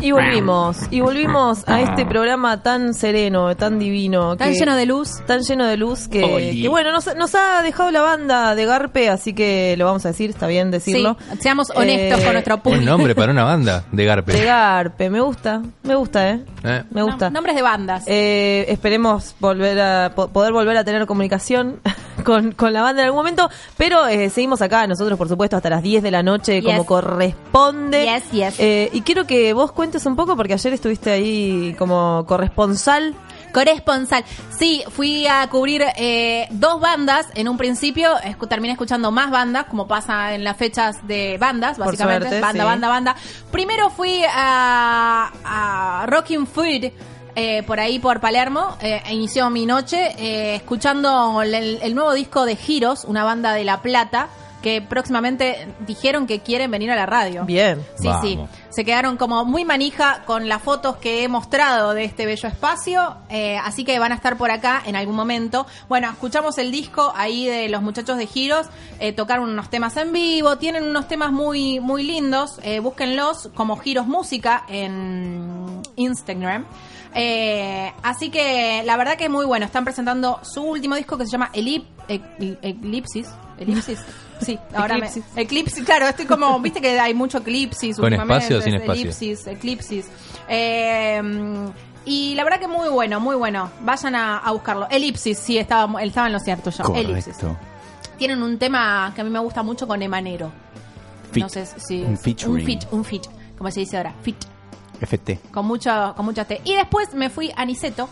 Y volvimos, y volvimos a este programa tan sereno, tan divino. Tan que- lleno de luz. tan lleno de luz que, Oye. que, bueno, nos, nos ha dejado la banda de Garpe, así que lo vamos a decir, está bien decirlo. Sí, seamos honestos Eh, con nuestro Un público. nombre para una banda de Garpe. De Garpe, me gusta, me gusta, ¿eh? Eh. Me gusta. No, nombres de bandas. Eh, esperemos volver a po- poder volver a tener comunicación con, con la banda en algún momento, pero eh, seguimos acá nosotros, por supuesto, hasta las 10 de la noche, Yes. como corresponde. Yes, yes. Eh, y quiero que vos cuentes un poco, porque ayer estuviste ahí como corresponsal. Corresponsal. Sí, fui a cubrir eh, dos bandas en un principio. escu- terminé escuchando más bandas, como pasa en las fechas de bandas, Por básicamente. suerte, banda, sí. banda, banda. Primero fui a, a Rocking Food. eh, por ahí, por Palermo, eh, e inició mi noche eh, escuchando el, el nuevo disco de Giros, una banda de La Plata, que próximamente dijeron que quieren venir a la radio. Bien. Sí, Vamos. sí. Se quedaron como muy manija con las fotos que he mostrado de este bello espacio. eh, así que van a estar por acá en algún momento. Bueno, escuchamos el disco ahí de los muchachos de Giros. eh, tocaron unos temas en vivo. Tienen unos temas muy, muy lindos. eh, búsquenlos como Giros Música en Instagram. Eh, así que la verdad que es muy bueno. Están presentando su último disco que se llama Elip- e- Elipsis. Elipsis. Sí, ahora me, Eclipsis. Eclipsis, claro, estoy como, viste que hay mucho eclipsis ¿Con últimamente, espacio o sin es espacio? Elipsis, eclipsis. Eh, y la verdad que muy bueno, muy bueno. Vayan a, a buscarlo. Elipsis, sí, estaba, estaba en lo cierto yo. Elipsis. Correcto. Tienen un tema que a mí me gusta mucho con Emanero. Fit. No sé si Un es- featuring. Un fit, un fit, como se dice ahora, fit FT. con mucho, con mucha té. Y después me fui a Niceto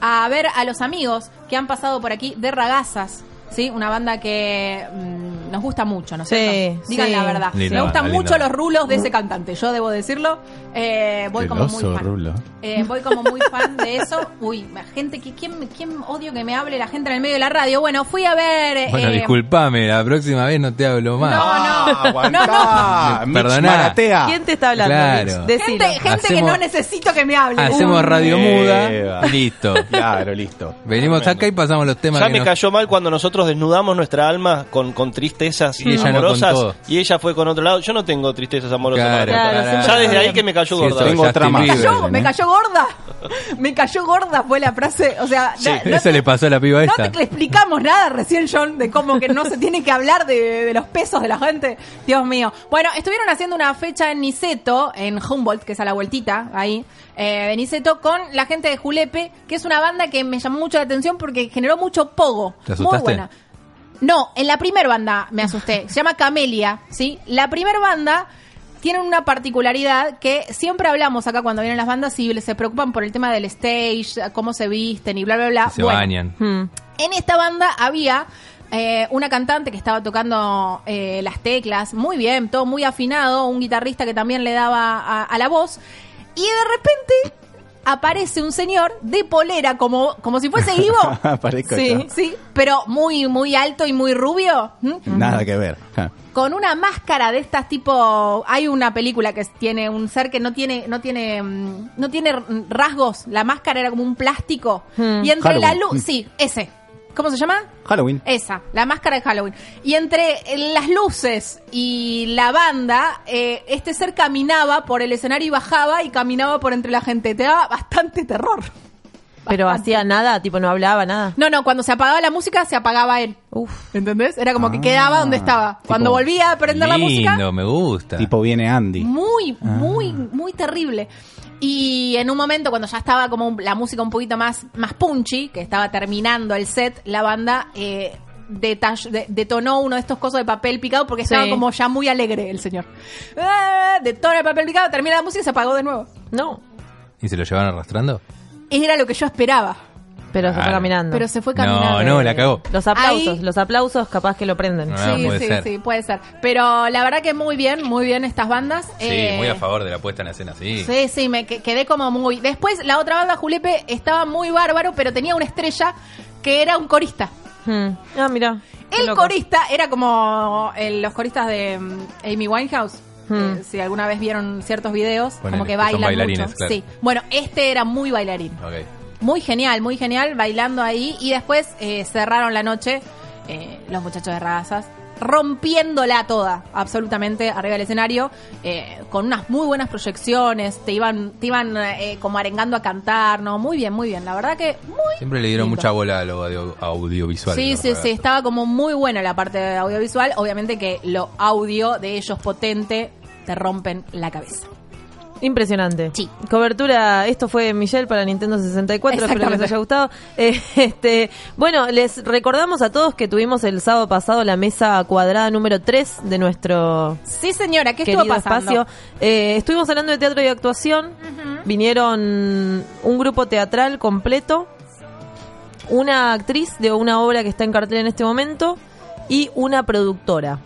a ver a los amigos que han pasado por aquí de Ragazas, ¿sí? Una banda que mm, nos gusta mucho, ¿no es Sí, cierto? Digan sí. la verdad. Linda me banda, gustan linda mucho banda. los rulos de ese Mm. cantante, yo debo decirlo. Eh, voy como muy fan. Eh, voy como muy fan de eso. Uy, la gente, que ¿quién, ¿quién odio que me hable la gente en el medio de la radio? Bueno, fui a ver... eh, Bueno, disculpame, la próxima vez no te hablo más. Ah, No, no, no, no. Ah, Mitch Perdoná. Maratea. ¿Quién te está hablando? Claro. Mitch? Decilo. Gente, gente que Hacemos- no necesito que me hable. Hacemos Uy. radio muda, Eva. listo. Claro, listo. Venimos acá y pasamos los temas Ya que me nos- cayó mal cuando nosotros desnudamos nuestra alma con, con tristezas Y ella no amorosas contó. y ella fue con otro lado. Yo no tengo tristezas amorosas. Claro, para Claro, contar. siempre ya desde está ahí bien. que me cayó Sí, eso gorda. de Vengo otra Justin más. Bieber, cayó, me ¿no? cayó gorda. Me cayó gorda fue la frase. O sea, Sí, no- no eso te- le pasó a la piba No esta. te que le explicamos nada recién, John, de cómo que no se tiene que hablar de, de los pesos de la gente. Dios mío. Bueno, estuvieron haciendo una fecha en Niceto, en Humboldt, que es a la vueltita, ahí, eh, de Niceto, con la gente de Julepe, que es una banda que me llamó mucho la atención porque generó mucho pogo. Muy ¿Te asustaste? buena. No, en la primer banda me asusté. Se llama Camelia, ¿sí? La primer banda tienen una particularidad que siempre hablamos acá cuando vienen las bandas y se preocupan por el tema del stage, cómo se visten y bla, bla, bla. Se Bueno, bañan. Hmm. en esta banda había eh, una cantante que estaba tocando eh, las teclas muy bien, todo muy afinado, un guitarrista que también le daba a, a la voz. Y de repente aparece un señor de polera, como, como si fuese Ivo. Parezco sí, yo. sí, pero muy, muy alto y muy rubio. ¿m? Nada que ver. Ja. con una máscara de estas tipo hay una película que tiene un ser que no tiene no tiene mm, no tiene mm, rasgos la máscara era como un plástico y entre la Halloween. luz sí ese cómo se llama Halloween. esa, la máscara de Halloween. Y entre eh, las luces y la banda, eh, este ser caminaba por el escenario y bajaba y caminaba por entre la gente. Te daba bastante terror. Pero hacía nada, tipo no hablaba nada. No, no, cuando se apagaba la música, se apagaba él. Uf. ¿Entendés? Era como que Ah, quedaba donde estaba. tipo- Cuando volvía a prender la música, Lindo, me gusta. Tipo viene Andy. muy, Ah. muy, muy terrible. Y en un momento, cuando ya estaba como un- la música un poquito más, más punchy, que estaba terminando el set, la banda eh, detall- de- detonó uno de estos cosas de papel picado porque Sí. estaba como ya muy alegre el señor. Ah, Detona el papel picado, termina la música y se apagó de nuevo. No. ¿Y se lo llevaron arrastrando? Era lo que yo esperaba, Pero se fue Claro. caminando. pero se fue No, caminando. no, la cagó. Los aplausos, Ahí- los aplausos capaz que lo prenden. Ah, Sí, puede sí, ser. sí, puede ser. Pero la verdad que muy bien, muy bien estas bandas. Sí, Eh, muy a favor de la puesta en escena, sí. Sí, sí, me que- quedé como muy. Después la otra banda, Julepe, estaba muy bárbaro, pero tenía una estrella que era un corista. Hmm. Ah, mira. Qué El loco. corista era como eh, los coristas de mm, Amy Winehouse. Hmm. eh, si alguna vez vieron ciertos videos, Ponele, como que que son bailan bailarines, mucho. claro. Sí. Bueno, este era muy bailarín. Ok. Muy genial, muy genial, bailando ahí. Y después eh, cerraron la noche eh, los muchachos de razas rompiéndola toda, absolutamente arriba del escenario, eh, con unas muy buenas proyecciones, te iban, te iban eh, como arengando a cantar, ¿no? Muy bien, muy bien, la verdad que muy... Siempre le dieron lindo. mucha bola a lo audio- audiovisual. Sí, los sí, sí, ragazos. estaba como muy buena la parte de audiovisual, obviamente que lo audio de ellos potente te rompen la cabeza. Impresionante. Sí. Cobertura, esto fue Michelle para Nintendo 64, espero que les Exactamente. haya gustado. Eh, este, bueno, les recordamos a todos que tuvimos el sábado pasado la mesa cuadrada número 3 de nuestro Sí, señora, ¿qué querido estuvo pasando? espacio. Eh, estuvimos hablando de teatro y actuación. Vinieron un grupo teatral completo, una actriz de una obra que está en cartel en este momento y una productora.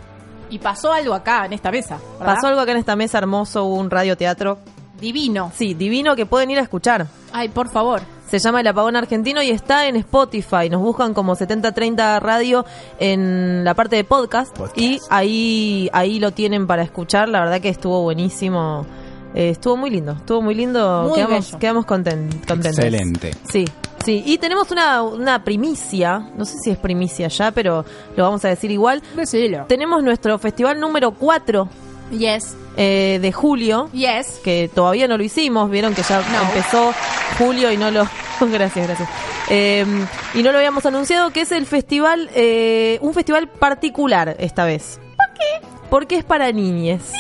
Y pasó algo acá, en esta mesa, ¿verdad? Pasó algo acá en esta mesa hermoso, hubo un radioteatro. divino. Sí, divino que pueden ir a escuchar. Ay, por favor. Se llama El Apagón Argentino y está en Spotify. Nos buscan como 7030 Radio en la parte de podcast, Podcast. y ahí, ahí lo tienen para escuchar. La verdad que estuvo buenísimo. Eh, estuvo muy lindo, estuvo muy lindo. Muy quedamos bello. quedamos conten- contentos. Excelente. Sí, sí. Y tenemos una, una primicia. No sé si es primicia ya, pero lo vamos a decir igual. Decilo. Tenemos nuestro festival número 4 Yes, eh, de julio yes. que todavía no lo hicimos, vieron que ya No. empezó julio y no lo... gracias, gracias. Eh, y no lo habíamos anunciado, que es el festival, eh, un festival particular esta vez. Porque es para niñes.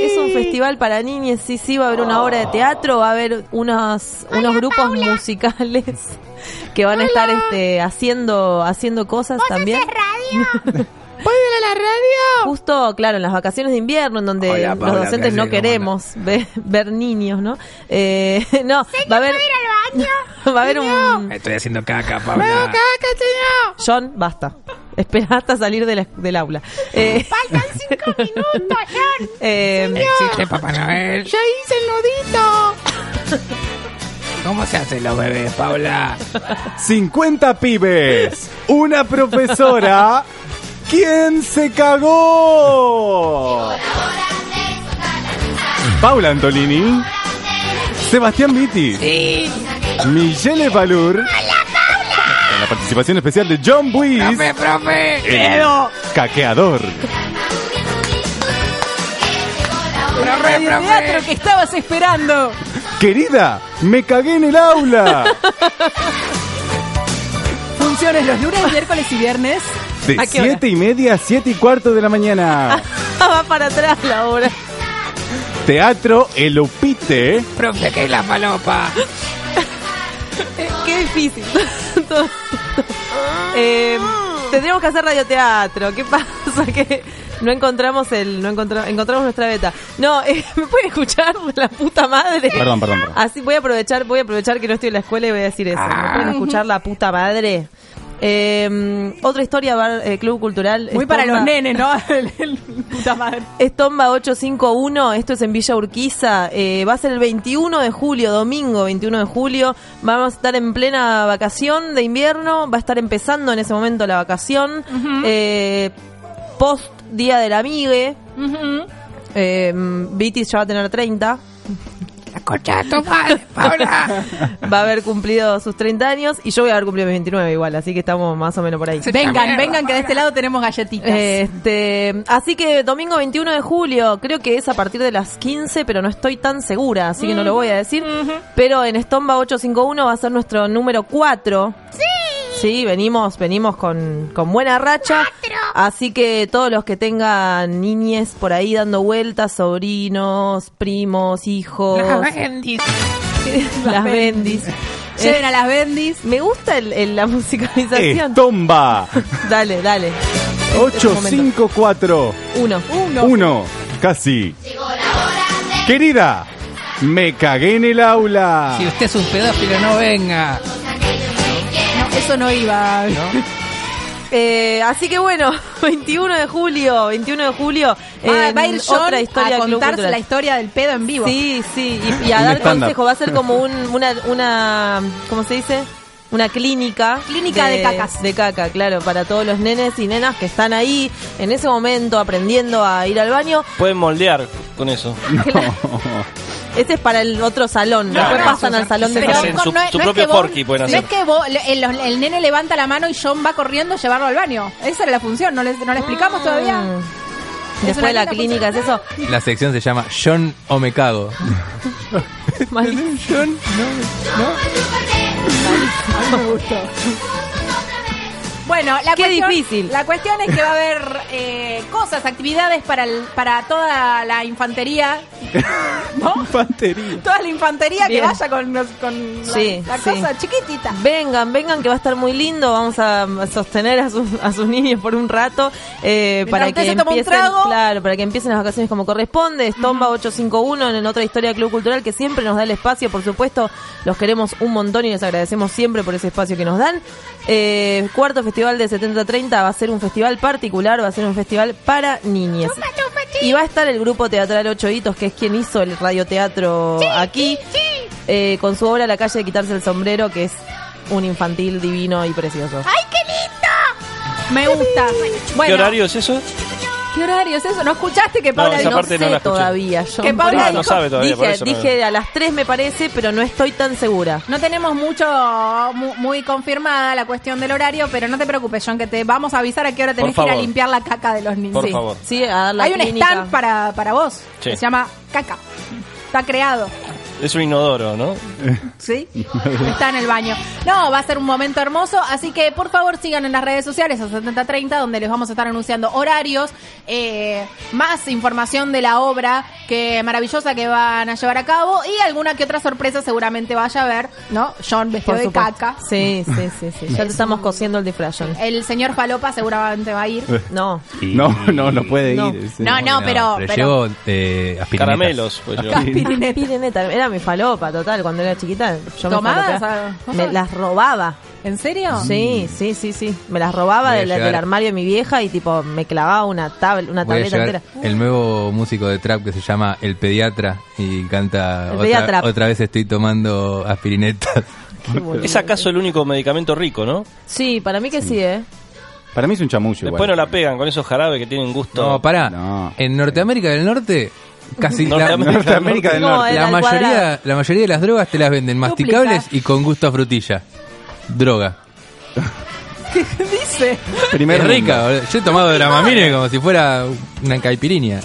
Es un festival para niñes, sí, sí, va a haber una obra de teatro, va a haber unos, unos grupos musicales que van a estar este, haciendo, haciendo cosas también. Justo, claro, en las vacaciones de invierno, en donde Hola, Paula, los docentes no ¿qué haces? ¿Cómo queremos ve- ver, niños, ¿no? Eh, no, va a haber. va a haber un. Estoy haciendo caca, Paula. John, basta. Espera hasta salir de la- del aula. Eh, Faltan cinco minutos, John. Existe Papá Noel. Ya hice el nudito. ¿Cómo se hacen los bebés, Paula? 50 pibes, una profesora. ¿Quién se cagó? Paula Antolini. Sebastián Viti. Sí. Michele Valur. Con la participación especial de John Buis. Profe, profe. El caqueador. Profe, Teatro profe. que estabas esperando. Querida, me cagué en el aula. Funciones los lunes, miércoles y viernes. De ¿A qué hora? Ah, siete y media a siete y cuarto de la mañana. va para atrás la obra. Teatro El Upite. Profe, que es la falopa. Eh, Qué difícil. Todo- Eh, tendríamos que hacer radioteatro. ¿Qué pasa? Que no encontramos el, no encontra- encontramos nuestra beta. No, eh, me pueden escuchar la puta madre. Perdón, perdón, Ah. perdón. Así voy a aprovechar, voy a aprovechar que no estoy en la escuela y voy a decir eso. ¿Me pueden escuchar la puta madre? Eh, otra historia, bar, eh, Club Cultural. Muy para los Estomba- nenes, ¿no? El- el- puta madre. Estomba 851, esto es en Villa Urquiza, eh, va a ser el 21 de julio, domingo 21 de julio, vamos a estar en plena vacación de invierno, va a estar empezando en ese momento la vacación, eh, post Día del Amigue, eh, Vitis ya va a tener 30, La concha de tu madre, Paula. va a haber cumplido sus 30 años y yo voy a haber cumplido mis 29 igual, así que estamos más o menos por ahí. Sí. Vengan, Mierda, vengan, que de este lado tenemos galletitas. Eh, Este, así que domingo 21 de julio, creo que es a partir de las 15, pero no estoy tan segura, así que no lo voy a decir. Pero en Estomba 851 va a ser nuestro número 4. Sí. Sí, venimos, venimos con, con buena racha. Así que todos los que tengan niñes por ahí dando vueltas, sobrinos, primos, hijos, La bendis. las bendis. Eh, Lleven a las bendis. Me gusta el- el- la musicalización. Estomba. Dale, dale. Este momento. 854. Uno. Uno. Uno. Casi. Querida, me cagué en el aula. Si usted es un pedófilo, no venga. No, eso no iba. Eh, así que bueno, 21 de julio, 21 de julio, Ah, en va a ir John otra historia a del Club contarse Cultural. la historia del pedo en vivo. Sí, sí, y, y a Un dar stand-up. consejo, va a ser como un, una, una, ¿cómo se dice? Una clínica. Clínica de cacas. De caca, claro, para todos los nenes y nenas que están ahí en ese momento aprendiendo a ir al baño. Pueden moldear con eso. Claro. Ese Este es para el otro salón. No, Después no, pasan al salón de pero- salón. Hacen su- su propio que vos- porky, pueden hacer. No es que vos- le- el, el nene levanta la mano y John va corriendo a llevarlo al baño. Esa era la función, no le, no la explicamos todavía. Mm. Después de la linda clínica, ¿es eso? La sección se llama John o me cago. Mal- Bueno, la Qué cuestión, difícil. La cuestión es que va a haber eh, cosas, actividades para, el- para toda la infantería. ¿No? Infantería. Toda la infantería Bien. que vaya con, los- con la- Sí, la, sí. cosa chiquitita. Vengan, vengan, que va a estar muy lindo. Vamos a sostener a sus, a sus niños por un rato eh, Mientras para usted que se toma un empiecen, trago. claro, para que empiecen las vacaciones como corresponde. Estomba 851 en otra historia Club Cultural que siempre nos da el espacio, por supuesto. Los queremos un montón y les agradecemos siempre por ese espacio que nos dan. Eh, cuarto festival de 70-30 va a ser un festival particular, va a ser un festival para niñas. Y va a estar el grupo teatral Ocho Hitos, que es quien hizo el radioteatro aquí, eh, con su obra La calle de quitarse el sombrero, que es un infantil divino y precioso. Me gusta. ¿Qué Bueno, horario es eso? ¿Qué horario es eso? ¿No escuchaste que Paula esa dijo? no parte sé no la escuché. todavía, yo Que Paula Ah, no dijo- sabe todavía, por dije, eso no- dije a las 3 me parece, pero no estoy tan segura. No tenemos mucho, mu- muy confirmada la cuestión del horario, pero no te preocupes, John, que te vamos a avisar a qué hora tenés que ir a favor. limpiar la caca de los niños. Por Sí. favor. Sí, a dar la Hay un clínica. stand para, para vos, Sí. que se llama Caca. Está creado, Es un inodoro, ¿no? ¿sí? Está en el baño. No, va a ser un momento hermoso, así que por favor sigan en las redes sociales a 7030, donde les vamos a estar anunciando horarios, eh, más información de la obra que maravillosa que van a llevar a cabo y alguna que otra sorpresa seguramente vaya a haber, ¿no? John vestido por de supuesto. caca. Sí, sí, sí, sí. Ya te estamos cosiendo el disfraz. John. El señor Falopa seguramente va a ir. No. No, no, no puede No. ir. sí. No, no, pero. pero- Llevo eh, aspirinetas. Caramelos. pues, yo. Pirineta. Pirineta, Era mi falopa, total, cuando era chiquita. Yo me ¿Tomabas Ah. falopea. algo? Me las robaba. ¿En serio? Sí, sí, sí, sí. Me las robaba Voy a de la- llegar. del armario de mi vieja y tipo me clavaba una tabla, una Voy a tableta entera. llegar el nuevo músico de trap que se llama El Pediatra y canta El otra, Pediatra. otra vez estoy tomando aspirinetas. Qué boludo. ¿Es acaso el único medicamento rico, no? Sí, para mí que sí, ¿eh? Para mí es un chamullo. Después igual. no la pegan con esos jarabes que tienen gusto. No, pará. No. En Norteamérica del Norte, casi la, Norteamérica del Norteamérica del No, Norte. era la al mayoría, cuadrado. la mayoría de las drogas te las venden Duplicada. masticables y con gusto a frutilla. Droga. Dice. Primer es mundo. rica, boludo. Yo he tomado dramamine como si fuera una caipirinha.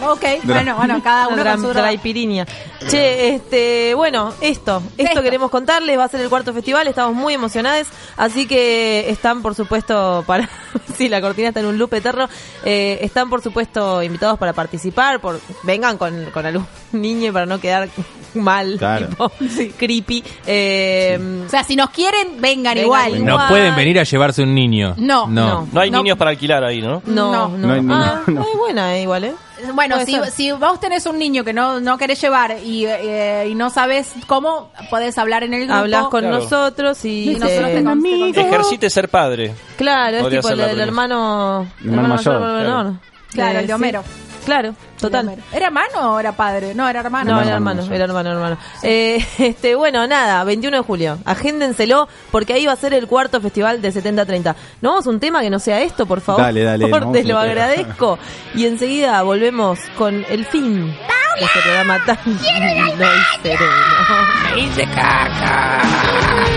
Ok, bueno, bueno, cada uno Una con su dra- draipirinia. Che, este, bueno, esto, esto, Esto. queremos contarles, va a ser el cuarto festival, estamos muy emocionadas, así que están por supuesto para, sí, la cortina está en un loop eterno, Eh, están por supuesto invitados para participar, por, vengan con, con algún niño para no quedar mal, Claro. tipo, creepy. Eh, O sea, si nos quieren, vengan Vengan igual. igual. No Guay. pueden venir a llevarse un niño. No, no. No hay No. niños para alquilar ahí, ¿no? No, no, No. No hay niño, Ah, no. es buena eh, igual, ¿eh? Bueno, Puede si, ser. si vos tenés un niño que no, no querés llevar y, eh, y no sabes cómo, podés hablar en el grupo. Hablas con Claro. nosotros y, y nosotros te- te con- te con- Ejercite ser padre. Claro, es Podría tipo ser el, la el primera. hermano, El hermano mayor, claro. menor. Claro, el de sí. Homero. Claro, total. ¿Era hermano o era padre? No, era hermano. No, El era hermano hermano, mayor. era hermano, hermano. Eh, este, bueno, nada, 21 de julio. Agéndenselo porque ahí va a ser el cuarto festival de 70-30. No vamos a un tema que no sea esto, por favor. Dale, dale, Por- no, te sí, lo te- agradezco. Y enseguida volvemos con el fin de este programa tan lindo y sereno. Me hice caca.